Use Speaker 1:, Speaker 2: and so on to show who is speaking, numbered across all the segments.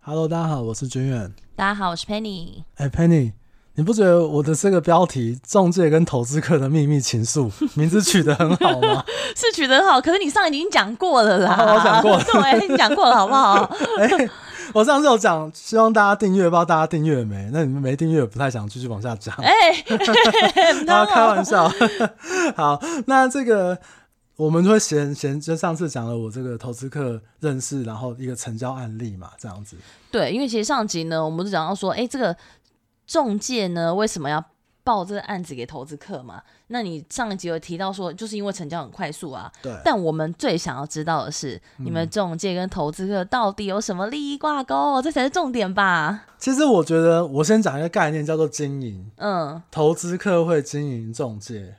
Speaker 1: Hello，大家好，我是君远。
Speaker 2: 大家好，我是 Penny。
Speaker 1: 哎、p e n n y 你不觉得我的这个标题“中介跟投资客的秘密情愫” 名字取得很好吗？
Speaker 2: 是取得很好，可是你上一集已经讲过了啦。
Speaker 1: 啊我讲过了
Speaker 2: 对，你讲过了，好不好？
Speaker 1: 哎、我上次有讲，希望大家订阅，不知道大家订阅没？那你们没订阅，不太想继续往下讲。
Speaker 2: 哎、 嘿嘿嘿
Speaker 1: 啊，开玩笑。 好，那这个我们会先先就上次讲了我这个投资客认识，然后一个成交案例嘛，这样子。
Speaker 2: 对，因为其实上集呢，我们就讲到说，哎、这个中介呢为什么要报这个案子给投资客嘛？那你上一集有提到说，就是因为成交很快速啊。
Speaker 1: 对，
Speaker 2: 但我们最想要知道的是，
Speaker 1: 嗯
Speaker 2: 你们中介跟投资客到底有什么利益挂钩？这才是重点吧？
Speaker 1: 其实我觉得我先讲一个概念，叫做经营。
Speaker 2: 嗯，
Speaker 1: 投资客会经营中介，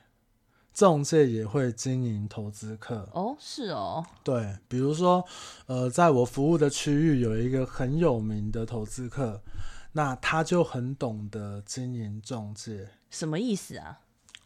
Speaker 1: 中介也会经营投资客。
Speaker 2: 哦，是哦，
Speaker 1: 对，比如说，呃，在我服务的区域有一个很有名的投资客，那他就很懂得经营中介。
Speaker 2: 什么意思啊？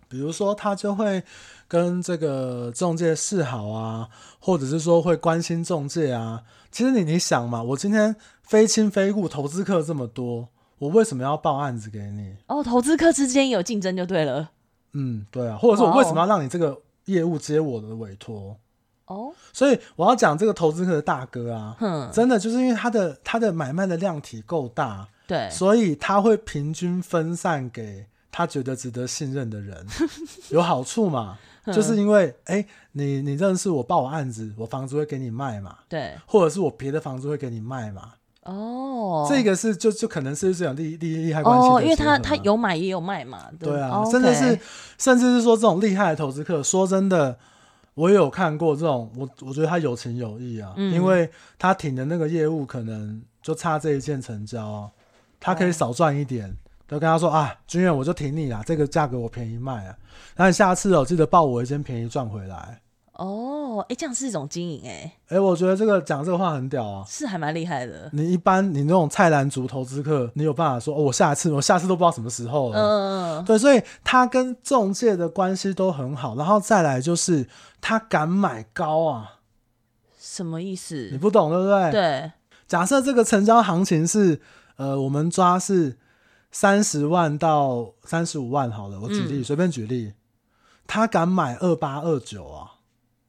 Speaker 1: 比如说，他就会跟这个中介示好啊，或者是说会关心中介啊。其实你你想嘛，我今天非亲非故投资客这么多，我为什么要报案子给你？
Speaker 2: 哦，投资客之间有竞争就对了。
Speaker 1: 嗯，对啊，或者是我为什么
Speaker 2: 哇
Speaker 1: 要让你这个业务接我的委托？
Speaker 2: 哦，
Speaker 1: 所以我要讲这个投资客的大哥啊，
Speaker 2: 哼，
Speaker 1: 真的就是因为他的他的买卖的量体够大，
Speaker 2: 对，
Speaker 1: 所以他会平均分散给他觉得值得信任的 人，有好处嘛？就是因为哎、你你认识我报我案子，我房子会给你卖嘛，
Speaker 2: 对，
Speaker 1: 或者是我别的房子会给你卖嘛，
Speaker 2: 哦，
Speaker 1: 这个是就就可能是这种利利利害关系的
Speaker 2: 哦，因为
Speaker 1: 结合
Speaker 2: 他
Speaker 1: 啊
Speaker 2: 他
Speaker 1: 嘛
Speaker 2: 有买也有卖嘛，
Speaker 1: 对啊
Speaker 2: 哦，
Speaker 1: 真的
Speaker 2: OK
Speaker 1: 是，甚至是说这种厉害的投资客，说真的，我也有看过这种，我我觉得他有情有义啊，
Speaker 2: 嗯
Speaker 1: 因为他挺的那个业务可能就差这一件成交啊，他
Speaker 2: 哦
Speaker 1: 可以少赚一点。就跟他说啊，君远，我就挺你啦，这个价格我便宜卖啊。那你下次哦，记得报我一间便宜赚回来。
Speaker 2: 哦，哎，这样是一种经营，哎，
Speaker 1: 哎、我觉得这个讲这个话很屌啊。
Speaker 2: 是还蛮厉害的。
Speaker 1: 你一般你那种菜篮族投资客，你有办法说、哦、我下次我下次都不知道什么时候了。
Speaker 2: 嗯，
Speaker 1: 对，所以他跟中介的关系都很好，然后再来就是他敢买高啊，
Speaker 2: 什么意
Speaker 1: 你
Speaker 2: 思？
Speaker 1: 不懂对不对？
Speaker 2: 对，
Speaker 1: 假设这个成交行情是，呃，我们抓是三十万到三十五万好了，我举例、随便举例，他敢买二八二九啊，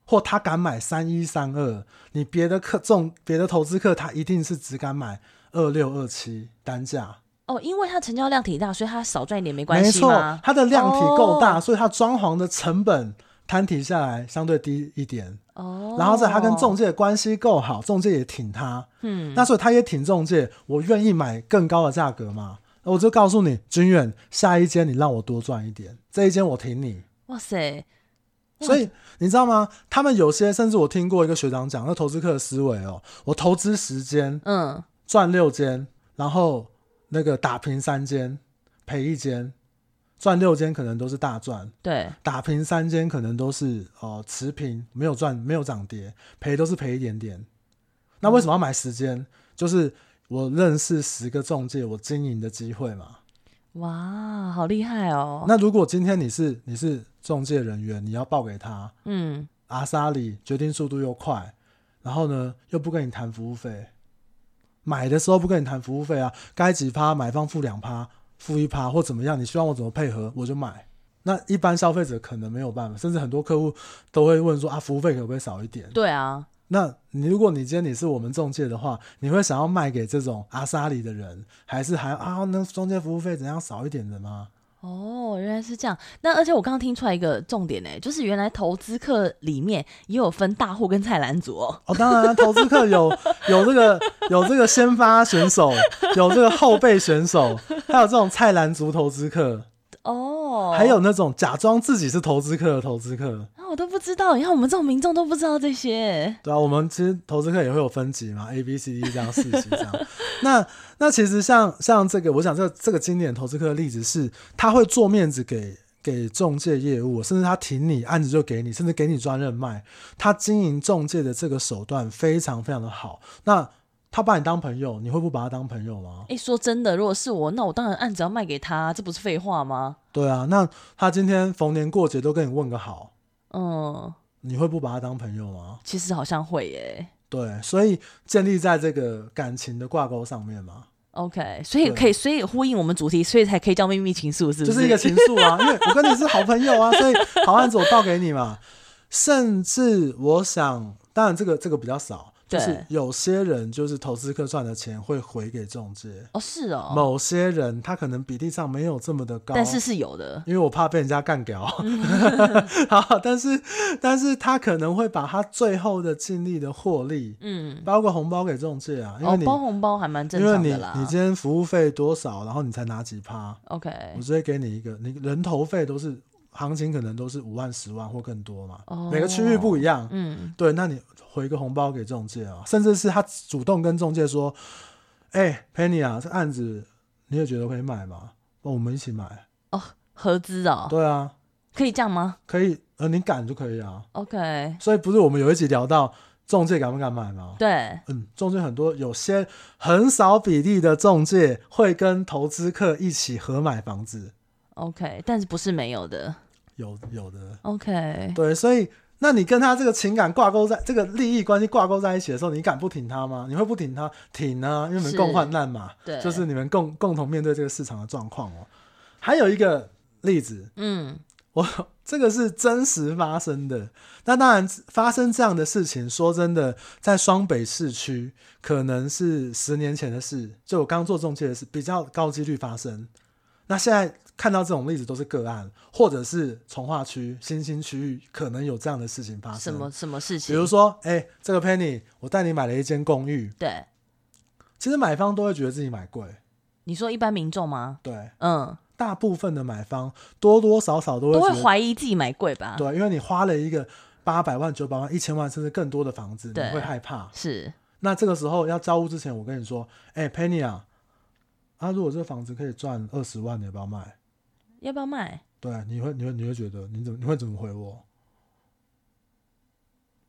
Speaker 1: 或他敢买三一三二，你别的客中别的投资客他一定是只敢买二六二七单价。
Speaker 2: 哦，因为他成交量挺大，所以他少赚一点没关
Speaker 1: 没
Speaker 2: 系
Speaker 1: 错
Speaker 2: 吗，？
Speaker 1: 它的量体够大，
Speaker 2: 哦
Speaker 1: 所以它装潢的成本摊体下来相对低一点。
Speaker 2: 哦，
Speaker 1: 然后再它跟中介的关系够好，中介也挺他，
Speaker 2: 嗯，
Speaker 1: 那所以他也挺中介，我愿意买更高的价格嘛。我就告诉你，君远，下一间你让我多赚一点，这一间我挺你。
Speaker 2: 哇塞，哇
Speaker 1: 所以你知道吗？他们有些甚至我听过一个学长讲，那投资客的思维哦，我投资十间
Speaker 2: 嗯，
Speaker 1: 赚六间，然后那个打平三间，赔一间，赚六间可能都是大赚，
Speaker 2: 对，
Speaker 1: 打平三间可能都是呃持平，没有赚，没有涨跌，赔都是赔一点点。那为什么要买十间？就是我认识十个中介，我经营的机会嘛。
Speaker 2: 哇，好厉害哦。
Speaker 1: 那如果今天你是你是中介人员，你要报给他
Speaker 2: 嗯，
Speaker 1: 阿萨里，决定速度又快，然后呢又不跟你谈服务费，买的时候不跟你谈服务费啊，该几趴买方付两趴，付一趴或怎么样，你希望我怎么配合我就买。那一般消费者可能没有办法，甚至很多客户都会问说啊，服务费可不可以少一点？
Speaker 2: 对啊，
Speaker 1: 那你如果你今天你是我们中介的话，你会想要卖给这种阿萨里的人，还是还啊那中介服务费怎样少一点的吗？
Speaker 2: 哦，原来是这样。那而且我刚刚听出来一个重点呢，就是原来投资客里面也有分大户跟菜篮族哦。
Speaker 1: 哦，当然啊，投资客有 有这个有这个先发选手， 有这个后备选手，还有这种菜篮族投资客，
Speaker 2: 哦，
Speaker 1: 还有那种假装自己是投资客的投资客，
Speaker 2: 啊，我都不知道，你看我们这种民众都不知道这些。
Speaker 1: 对啊，我们其实投资客也会有分级嘛，A、B、C、D 这样四级这样。那那其实像像这个，我想这这个经典投资客的例子是，他会做面子给给中介业务，甚至他挺你案子就给你，甚至给你专任卖。他经营中介的这个手段非常非常的好。那他把你当朋友，你会不把他当朋友吗？
Speaker 2: 哎，说真的，如果是我，那我当然案子要卖给他，这不是废话吗？
Speaker 1: 对啊，那他今天逢年过节都跟你问个好，
Speaker 2: 嗯，
Speaker 1: 你会不把他当朋友吗？
Speaker 2: 其实好像会耶。
Speaker 1: 对，所以建立在这个感情的挂钩上面嘛，
Speaker 2: OK，所以可以，所以呼应我们主题，所以才可以叫秘密情愫，是不
Speaker 1: 啊就是一个情愫啊，因为我跟你是好朋友啊，所以好案子我报给你嘛。甚至我想，当然这个这个比较少，就是
Speaker 2: 对
Speaker 1: 有些人就是投资客赚的钱会回给中介，
Speaker 2: 哦，是哦，
Speaker 1: 某些人他可能比例上没有这么的高，
Speaker 2: 但是嗯是有的，
Speaker 1: 因为我怕被人家干掉， 好，但是但是他可能会把他最后的尽力的获利，
Speaker 2: 嗯，
Speaker 1: 包括红包给中介啊，因为
Speaker 2: 哦，
Speaker 1: 你、
Speaker 2: 包红包还蛮正
Speaker 1: 因为
Speaker 2: 常
Speaker 1: 你
Speaker 2: 的啦
Speaker 1: 你今天服务费多少，然后你才拿几趴，
Speaker 2: ，OK，
Speaker 1: 我直接给你一个，你人头费都是行情可能都是五万、十万或更多嘛，
Speaker 2: 哦
Speaker 1: 每个区域不一样，
Speaker 2: 嗯，
Speaker 1: 对，那你回个红包给中介啊，甚至是他主动跟中介说，哎、陪 Penny 啊，这案子你也觉得可以买吗？那我们一起买，
Speaker 2: 合资哦，
Speaker 1: 对啊。
Speaker 2: 可以这样吗
Speaker 1: 可以，呃，你敢就可以啊。
Speaker 2: ？OK，
Speaker 1: 所以不是我们有一集聊到中介敢不敢买吗？
Speaker 2: 对，
Speaker 1: 嗯，中介很多有些很少比例的中介会跟投资客一起合买房子，
Speaker 2: OK，但是不是没有的
Speaker 1: 有有的，
Speaker 2: ？OK，
Speaker 1: 对，所以那你跟他这个情感挂钩在这个利益关系挂钩在一起的时候，你敢不挺他吗？你会不挺他？挺啊，因为你们
Speaker 2: 是
Speaker 1: 共患难嘛，
Speaker 2: 对
Speaker 1: 就是你们共共同面对这个市场的状况哦。还有一个例子，
Speaker 2: 嗯，
Speaker 1: 我这个是真实发生的。那当然，发生这样的事情，说真的，在双北市区可能是十年前的事，就我刚做中介的事，比较高几率发生。那现在看到这种例子都是个案，或者是从化区、新兴区域可能有这样的事情发
Speaker 2: 什
Speaker 1: 生。
Speaker 2: 么什么事情？
Speaker 1: 比如说，哎、这个 Penny，我带你买了一间公寓，
Speaker 2: 对，
Speaker 1: 其实买方都会觉得自己买贵，
Speaker 2: 你说一般民众吗？
Speaker 1: 对，
Speaker 2: 嗯，
Speaker 1: 大部分的买方多多少少都会
Speaker 2: 都
Speaker 1: 觉
Speaker 2: 会
Speaker 1: 得
Speaker 2: 怀疑自己买贵吧？
Speaker 1: 对，因为你花了一个八百万、九百万、一千万甚至更多的房子，你
Speaker 2: 对
Speaker 1: 会害怕。
Speaker 2: 是，
Speaker 1: 那这个时候要交屋之前，我跟你说，哎、p e n n y 啊，啊，如果这房子可以赚二十万，你要不要卖？
Speaker 2: 要不要卖？
Speaker 1: 对，啊你会，你会，你会觉得，你怎么，你会怎么回 我？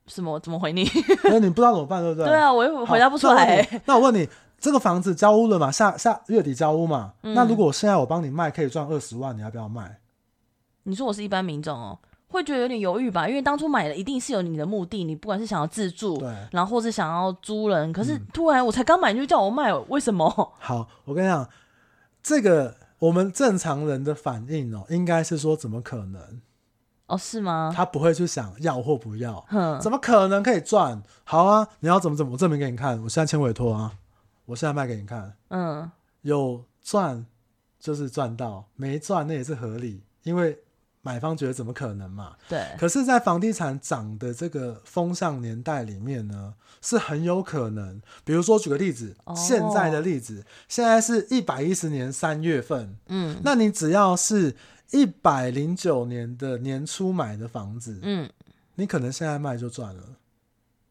Speaker 2: 什么？怎么回你？
Speaker 1: 因为你不知道怎么办，对不对？
Speaker 2: 对啊，我又
Speaker 1: 好，
Speaker 2: 回答不出来、欸。
Speaker 1: 那我问你。那我问你，这个房子交屋了嘛？下下月底交屋嘛？
Speaker 2: 嗯
Speaker 1: 那如果现在我帮你卖，可以赚二十万，你要不要卖？
Speaker 2: 你说我是一般民众哦，会觉得有点犹豫吧？因为当初买的一定是有你的目的，你不管是想要自住，
Speaker 1: 对，嗯
Speaker 2: 然后或是想要租人，可是突然我才刚买你就叫我卖，为什么？
Speaker 1: 好，我跟你讲，这个我们正常人的反应哦，应该是说怎么可能？
Speaker 2: 哦，是吗？
Speaker 1: 他不会去想要或不要，
Speaker 2: 哼，
Speaker 1: 怎么可能可以赚？好啊，你要怎么怎么，我证明给你看，我现在签委托啊，我现在卖给你看，
Speaker 2: 嗯，
Speaker 1: 有赚就是赚到，没赚那也是合理，因为买方觉得怎么可能嘛？
Speaker 2: 对，
Speaker 1: 可是，在房地产涨的这个风向年代里面呢，是很有可能，比如说举个例子，
Speaker 2: 哦
Speaker 1: 现在的例子，现在是一百一十年三月份，
Speaker 2: 嗯
Speaker 1: 那你只要是一百零九年的年初买的房子，
Speaker 2: 嗯，
Speaker 1: 你可能现在卖就赚了，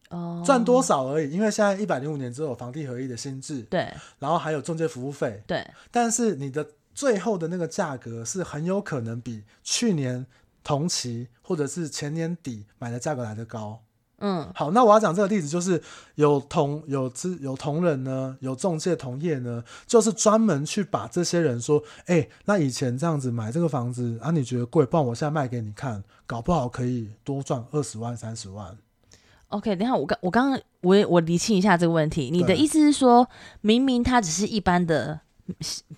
Speaker 2: 哦，
Speaker 1: 赚多少而已。因为现在一百零五年之后有房地合一的新制，
Speaker 2: 对
Speaker 1: 然后还有中介服务费，
Speaker 2: 对，
Speaker 1: 但是你的最后的那个价格是很有可能比去年同期或者是前年底买的价格来的高。
Speaker 2: 嗯
Speaker 1: 好，那我要讲这个例子，就是有同有资有同仁呢，有中介同业呢，就是专门去把这些人说，哎、那以前这样子买这个房子啊，你觉得贵，不然我现在卖给你看，搞不好可以多赚二十万、三十万。
Speaker 2: ，OK，等一下我刚我刚刚我也我厘清一下这个问题，你的
Speaker 1: 对
Speaker 2: 意思是说，明明他只是一般的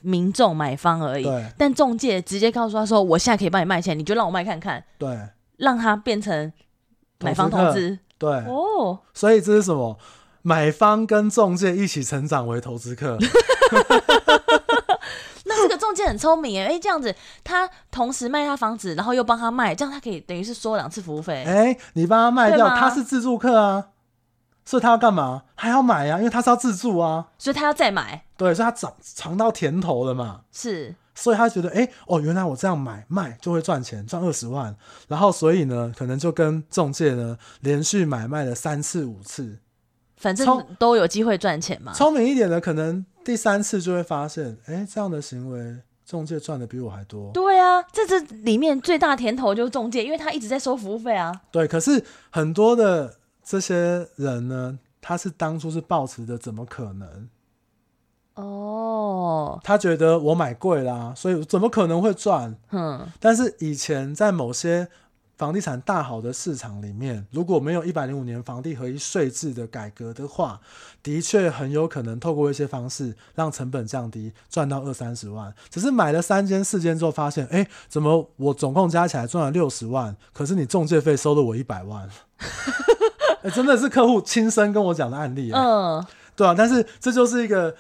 Speaker 2: 民众买方而已，
Speaker 1: 对
Speaker 2: 但中介直接告诉他说，我现在可以帮你卖钱，你就让我卖看看，
Speaker 1: 对
Speaker 2: 让他变成买方
Speaker 1: 投
Speaker 2: 投
Speaker 1: 资
Speaker 2: 资
Speaker 1: 对，
Speaker 2: 哦，
Speaker 1: 所以这是什么？买方跟中介一起成长为投资客，
Speaker 2: 那这个中介很聪明哎，哎，这样子他同时卖他房子，然后又帮他卖，这样他可以等于是收两次服务费。
Speaker 1: 哎、你帮他卖掉，
Speaker 2: 对吗
Speaker 1: 他是自住客啊，所以他要干嘛？他要买啊，因为他是要自住啊，
Speaker 2: 所以他要再买，
Speaker 1: 对，所以他尝尝到甜头了嘛，
Speaker 2: 是
Speaker 1: 所以他觉得，哎、哦，原来我这样买卖就会赚钱，赚二十万，然后所以呢，可能就跟中介呢连续买卖了三次五次，
Speaker 2: 反
Speaker 1: 聪
Speaker 2: 正都有机会赚钱嘛。
Speaker 1: 聪明一点的可能第三次就会发现，哎、这样的行为中介赚的比我还多，
Speaker 2: 对啊，这这里面最大甜头就是中介，因为他一直在收服务费啊。
Speaker 1: 对，可是很多的这些人呢，他是当初是抱持的，怎么可能？
Speaker 2: 哦，
Speaker 1: 他觉得我买贵啦，所以怎么可能会赚？
Speaker 2: 哼，
Speaker 1: 但是以前在某些房地产大好的市场里面，如果没有一百零五年房地合一税制的改革的话，的确很有可能透过一些方式让成本降低，赚到二三十万。只是买了三间四间之后，发现哎，怎么我总共加起来赚了六十万，可是你中介费收了我一百万。哎真的是客户亲身跟我讲的案例、啊，
Speaker 2: 嗯，
Speaker 1: 对啊，但是这就是一个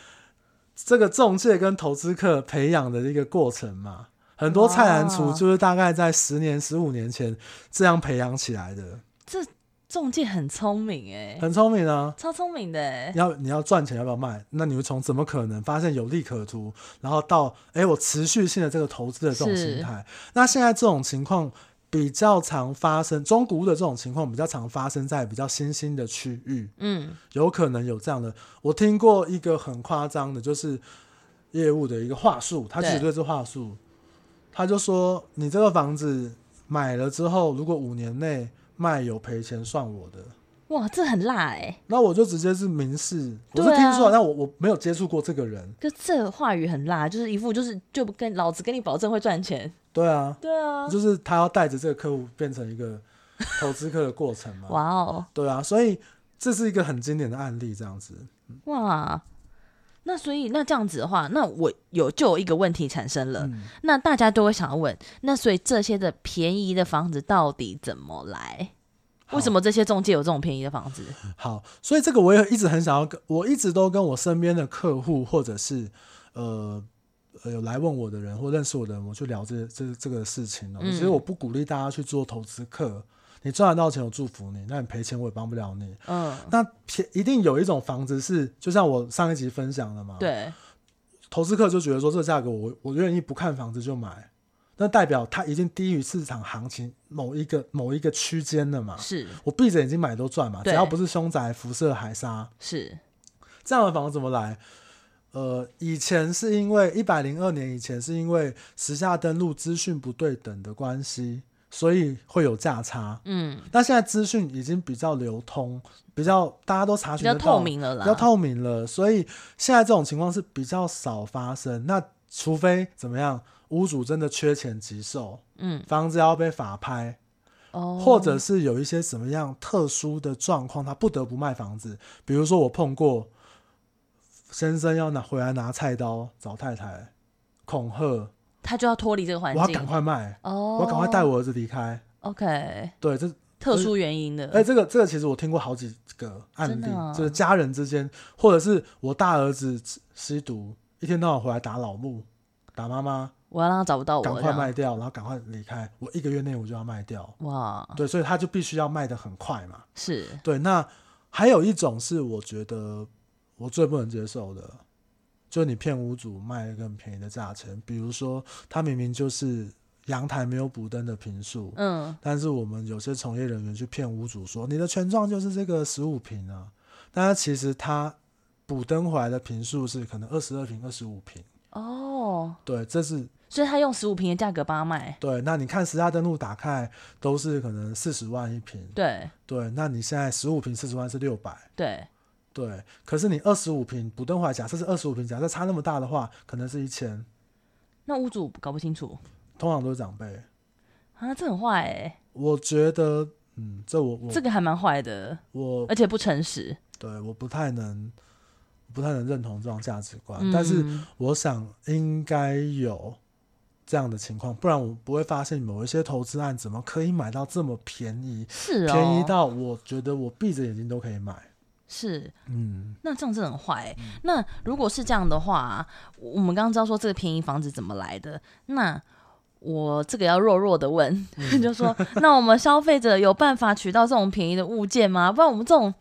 Speaker 1: 这个中介跟投资客培养的一个过程嘛。很多菜篮
Speaker 2: 哇
Speaker 1: 族就是大概在十年、十五年前这样培养起来的，
Speaker 2: 这中介很聪明哎、
Speaker 1: 很聪明啊。
Speaker 2: 超聪明的哎、
Speaker 1: 要你要赚钱，要不要卖？那你会从怎么可能发现有利可图，然后到哎、我持续性的这个投资的这种
Speaker 2: 是
Speaker 1: 心态。那现在这种情况比较常发生，中古屋的这种情况比较常发生在比较新兴的区域。
Speaker 2: 嗯，
Speaker 1: 有可能有这样的。我听过一个很夸张的，就是业务的一个话术，他
Speaker 2: 对
Speaker 1: 举对这话术，他就说：“你这个房子买了之后，如果五年内卖有赔钱，算我的。”
Speaker 2: 哇，这很辣哎、
Speaker 1: 那我就直接是民事，我是
Speaker 2: 对啊
Speaker 1: 听说，但我我没有接触过这个人。
Speaker 2: 就这话语很辣，就是一副就是就跟老子跟你保证会赚钱。
Speaker 1: 对啊，
Speaker 2: 对啊，
Speaker 1: 就是他要带着这个客户变成一个投资客的过程嘛。
Speaker 2: 哇哦，
Speaker 1: 对啊，所以这是一个很经典的案例，这样子。
Speaker 2: 哇。那所以那这样子的话，那我有就有一个问题产生了，
Speaker 1: 嗯，
Speaker 2: 那大家都会想要问，那所以这些的便宜的房子到底怎么来？
Speaker 1: 好
Speaker 2: 为什么这些中介有这种便宜的房子？
Speaker 1: 好，所以这个我也一直很想要跟，我一直都跟我身边的客户或者是呃呃有来问我的人或认识我的人，我去聊这这这个事情哦、
Speaker 2: 嗯
Speaker 1: 其实我不鼓励大家去做投资客，你赚得到钱我祝福你，那你赔钱我也帮不了你。
Speaker 2: 嗯，
Speaker 1: 那便一定有一种房子是，就像我上一集分享的嘛，，
Speaker 2: 对，
Speaker 1: 投资客就觉得说这个价格我我愿意不看房子就买，那代表它已经低于市场行情某一个某一个区间了嘛，
Speaker 2: 是
Speaker 1: 我闭着眼睛买都赚嘛，只
Speaker 2: 对
Speaker 1: 要不是凶宅、辐射、海沙，
Speaker 2: 是，
Speaker 1: 这样的房子怎么来？呃，以前是因为一百零二年以前是因为时下登录资讯不对等的关系，所以会有价差。
Speaker 2: 嗯，
Speaker 1: 那现在资讯已经比较流通，比较大家都查
Speaker 2: 比
Speaker 1: 询
Speaker 2: 较
Speaker 1: 得
Speaker 2: 透
Speaker 1: 到，
Speaker 2: 明了啦，
Speaker 1: 比较透明了，所以现在这种情况是比较少发生。那除非怎么样，屋主真的缺钱急售，
Speaker 2: 嗯，
Speaker 1: 房子要被法拍，
Speaker 2: 哦，
Speaker 1: 或者是有一些什么样特殊的状况，他不得不卖房子。比如说我碰过先生要拿回来拿菜刀找太太，恐吓
Speaker 2: 他就要脱离这个环
Speaker 1: 我要
Speaker 2: 境
Speaker 1: 赶，快卖，
Speaker 2: 哦，
Speaker 1: 我要赶快带我儿子离开。
Speaker 2: ，OK，
Speaker 1: 对，这
Speaker 2: 特殊原因的，
Speaker 1: 哎、这个这个其实我听过好几个案
Speaker 2: 呃真
Speaker 1: 例，
Speaker 2: 的啊
Speaker 1: 就是家人之间，或者是我大儿子吸吸毒，一天到晚回来打老母，打妈妈，
Speaker 2: 我要让他找不哦到我，哦
Speaker 1: 赶
Speaker 2: 这
Speaker 1: 快
Speaker 2: 样
Speaker 1: 卖掉，然后赶快离开，我一个月内我就要卖掉。
Speaker 2: 哇，
Speaker 1: 对，所以他就必须要卖得很快嘛。
Speaker 2: 是
Speaker 1: 对，那还有一种是我觉得我最不能接受的，就是你骗屋主卖一个很便宜的价钱，比如说他明明就是阳台没有补灯的平数，
Speaker 2: 嗯，
Speaker 1: 但是我们有些从业人员去骗屋主说你的权状就是这个十五平啊，但是其实他补灯回来的平数是可能二十二平、二十五平，
Speaker 2: 哦，
Speaker 1: 对，这是
Speaker 2: 所以他用十五平的价格帮他卖，
Speaker 1: 对。那你看十大登录打开都是可能四十万一平，
Speaker 2: 对
Speaker 1: 对，那你现在十五平四十万是六百。
Speaker 2: 对，
Speaker 1: 对，可是你二十五平补灯华假设是二十五平，假设差那么大的话，可能是一千，
Speaker 2: 那屋主搞不清楚
Speaker 1: 通常都是长辈。
Speaker 2: 啊，这很坏哎，
Speaker 1: 我觉得，嗯，这我我
Speaker 2: 这个还蛮坏的，
Speaker 1: 我
Speaker 2: 而且不诚实，
Speaker 1: 对我不太能不太能认同这种价值观，
Speaker 2: 嗯
Speaker 1: 啊但是我想应该有这样的情况，不然我不会发现某一些投资案怎么可以买到这么便宜，
Speaker 2: 是哦，
Speaker 1: 便宜到我觉得我闭着眼睛都可以买。
Speaker 2: 是
Speaker 1: 嗯，
Speaker 2: 那这样子很坏欸、那如果是这样的话啊，我我们刚刚知道说这个便宜房子怎么来的，那我这个要弱弱的问，
Speaker 1: 嗯
Speaker 2: 就说那我们消费者有办法取到这种便宜的物件吗？不然我们这种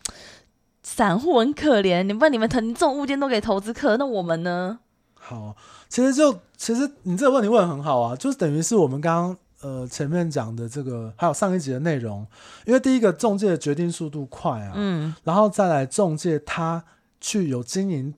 Speaker 2: 散户很可怜，你不然你们投你这种物件都给投资客，那我们呢？
Speaker 1: 好，其实就其实你这个问题问的很好啊，就是等于是我们刚刚呃前面讲的这个，还有上一集的内容，因为第一个中介的决定速度快啊，
Speaker 2: 嗯，
Speaker 1: 然后再来中介他去有经营，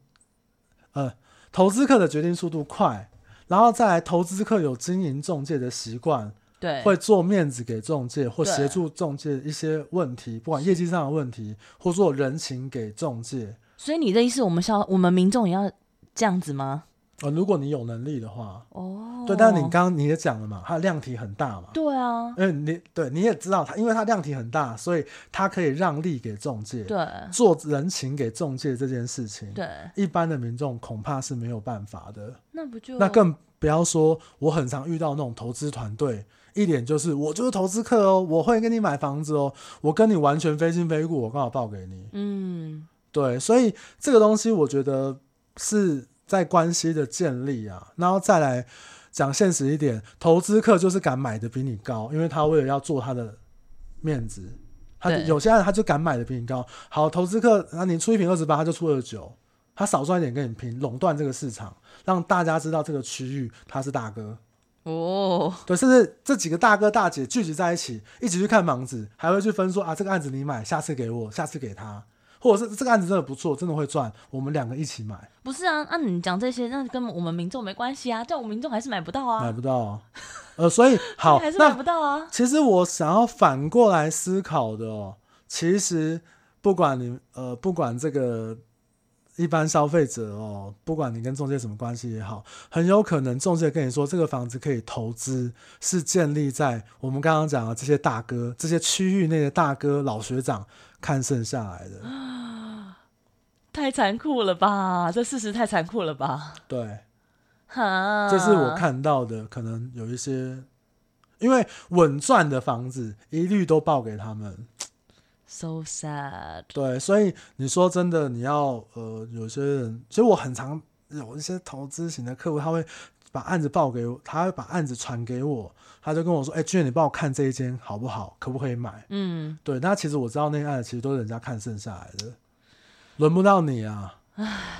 Speaker 1: 呃，投资客的决定速度快，然后再来投资客有经营中介的习惯，
Speaker 2: 对，
Speaker 1: 会做面子给中介或
Speaker 2: 对
Speaker 1: 协助中介一些问题，不管业绩上的问题，或做人情给中介。
Speaker 2: 所以你的意思，我们消我们民众也要这样子吗？
Speaker 1: 呃，如果你有能力的话，
Speaker 2: 哦，
Speaker 1: 对，但是你刚刚你也讲了嘛，它的量体很大嘛，
Speaker 2: 对啊，
Speaker 1: 因为你对你也知道它，因为它量体很大，所以它可以让利给中介，
Speaker 2: 对
Speaker 1: 做人情给中介这件事情，
Speaker 2: 对，
Speaker 1: 一般的民众恐怕是没有办法的。
Speaker 2: 那不就
Speaker 1: 那更不要说，我很常遇到那种投资团队，一脸就是我就是投资客哦，我会跟你买房子哦，我跟你完全非亲非故，我刚好报给你。
Speaker 2: 嗯
Speaker 1: 对，所以这个东西我觉得是在关系的建立啊，然后再来讲现实一点，投资客就是敢买的比你高，因为他为了要做他的面子，他
Speaker 2: 对
Speaker 1: 有些人他就敢买的比你高。好，投资客，那你出一瓶二十八，他就出二九，他少赚一点跟你拼，垄断这个市场，让大家知道这个区域他是大哥。
Speaker 2: 哦，
Speaker 1: 对，甚至这几个大哥大姐聚集在一起，一起去看房子，还会去分说啊，这个案子你买，下次给我，下次给他，或者是这个案子真的不错，真的会赚，我们两个一起买，
Speaker 2: 不是啊，那、你讲这些，那跟我们民众没关系啊，叫我们民众还是买不到
Speaker 1: 买
Speaker 2: 啊，
Speaker 1: 不到。呃，所以好
Speaker 2: 还，是买
Speaker 1: 那
Speaker 2: 不到啊，
Speaker 1: 其实我想要反过来思考的哦，其实不管你呃，不管这个一般消费者哦，不管你跟中介什么关系也好，很有可能中介跟你说这个房子可以投资，是建立在我们刚刚讲的这些大哥、这些区域内的大哥、老学长看剩下来的。
Speaker 2: 太残酷了吧，这事实太残酷了吧，
Speaker 1: 对，
Speaker 2: 哈，
Speaker 1: 这是我看到的，可能有一些，因为稳赚的房子一律都报给他们。
Speaker 2: so sad，
Speaker 1: 对，所以你说真的，你要呃，有些人，其实我很常有一些投资型的客户，他会把案子报给我，他会把案子传给我，他就跟我说：“哎、俊，你帮我看这一间好不好，可不可以买
Speaker 2: 嗯，？”
Speaker 1: 对，那其实我知道那个案子其实都是人家看剩下来的，轮不到你啊。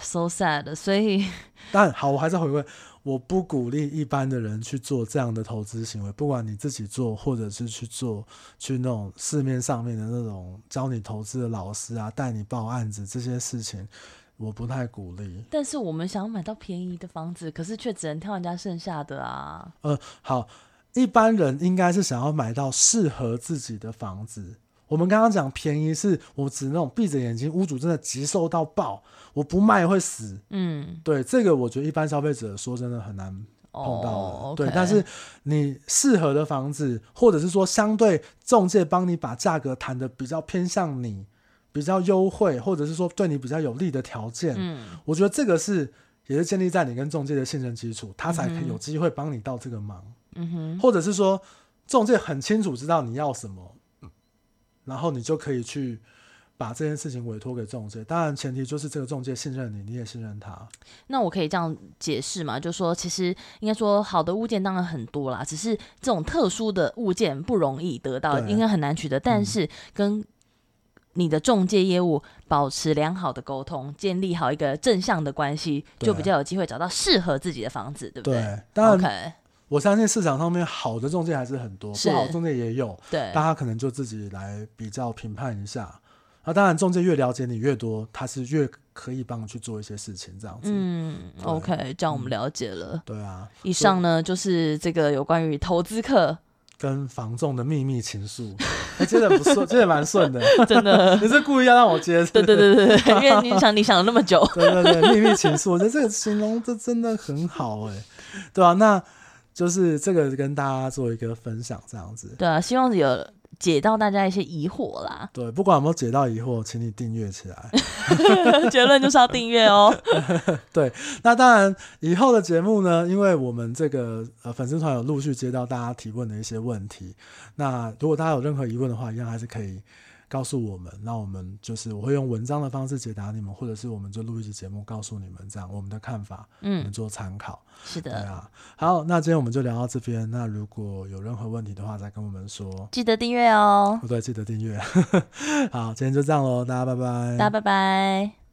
Speaker 2: so sad，所以
Speaker 1: 但好，我还是回归，我不鼓励一般的人去做这样的投资行为，不管你自己做，或者是去做去那种市面上面的那种教你投资的老师啊，带你报案子这些事情，我不太鼓励。
Speaker 2: 但是我们想要买到便宜的房子，可是却只能挑人家剩下的啊，
Speaker 1: 呃，好，一般人应该是想要买到适合自己的房子。我们刚刚讲便宜是，我指那种闭着眼睛，屋主真的急售到爆，我不卖会死。
Speaker 2: 嗯，
Speaker 1: 对这个，我觉得一般消费者说真的很难碰到了。
Speaker 2: 哦，
Speaker 1: 对
Speaker 2: OK，
Speaker 1: 但是你适合的房子，或者是说相对中介帮你把价格谈的比较偏向你，比较优惠，或者是说对你比较有利的条件，
Speaker 2: 嗯，
Speaker 1: 我觉得这个是也是建立在你跟中介的信任基础，他才可
Speaker 2: 嗯哼
Speaker 1: 有机会帮你到这个忙，
Speaker 2: 嗯哼，
Speaker 1: 或者是说中介很清楚知道你要什么，然后你就可以去。把这件事情委托给中介，当然前提就是这个中介信任你，你也信任他。
Speaker 2: 那我可以这样解释嘛？就说其实应该说好的物件当然很多啦，只是这种特殊的物件不容易得到，
Speaker 1: 对嗯
Speaker 2: 应该很难取得。但是跟你的中介业务保持良好的沟通，建立好一个正向的关系，
Speaker 1: 对
Speaker 2: 就比较有机会找到适合自己的房子，对不对
Speaker 1: 对，当然
Speaker 2: o k
Speaker 1: 我相信市场上面好的中介还是很多，
Speaker 2: 是
Speaker 1: 不好的中介也有，
Speaker 2: 对
Speaker 1: 大，家可能就自己来比较评判一下。那当然，中介越了解你越多，他是越可以帮你去做一些事情，这样子。
Speaker 2: 嗯
Speaker 1: 对
Speaker 2: ，OK，这样我们了解了。
Speaker 1: 对啊，
Speaker 2: 以上呢，就是这个有关于投资客，
Speaker 1: 跟房仲的秘密情愫，哎、接的不顺，接的蛮顺的。
Speaker 2: 真的，
Speaker 1: 你是故意要让我接？
Speaker 2: 对对对对对，因为你想你想了那么久，
Speaker 1: 对对对，秘密情愫，我觉得这个形容这真的很好哎、对啊，那就是这个跟大家做一个分享，这样子。
Speaker 2: 对啊，希望有解到大家一些疑 惑啦。
Speaker 1: 对，不管有没有解到疑惑，请你订阅起来。
Speaker 2: 结论就是要订阅哦。
Speaker 1: 那当然，以后的节目呢，因为我们这个呃粉丝团有陆续接到大家提问的一些问题，那如果大家有任何疑问的话，一样还是可以告诉我们。那我们就是我会用文章的方式解答你们，或者是我们就录一期节目告诉你们这样我们的看法，你们
Speaker 2: 嗯，
Speaker 1: 做参考。
Speaker 2: 是
Speaker 1: 对
Speaker 2: 的，
Speaker 1: 啊，好，那今天我们就聊到这边。那如果有任何问题的话，再跟我们说。
Speaker 2: 记得订阅哦。
Speaker 1: 不对，记得订阅。好，今天就这样喽，大家拜拜。
Speaker 2: 大家拜拜。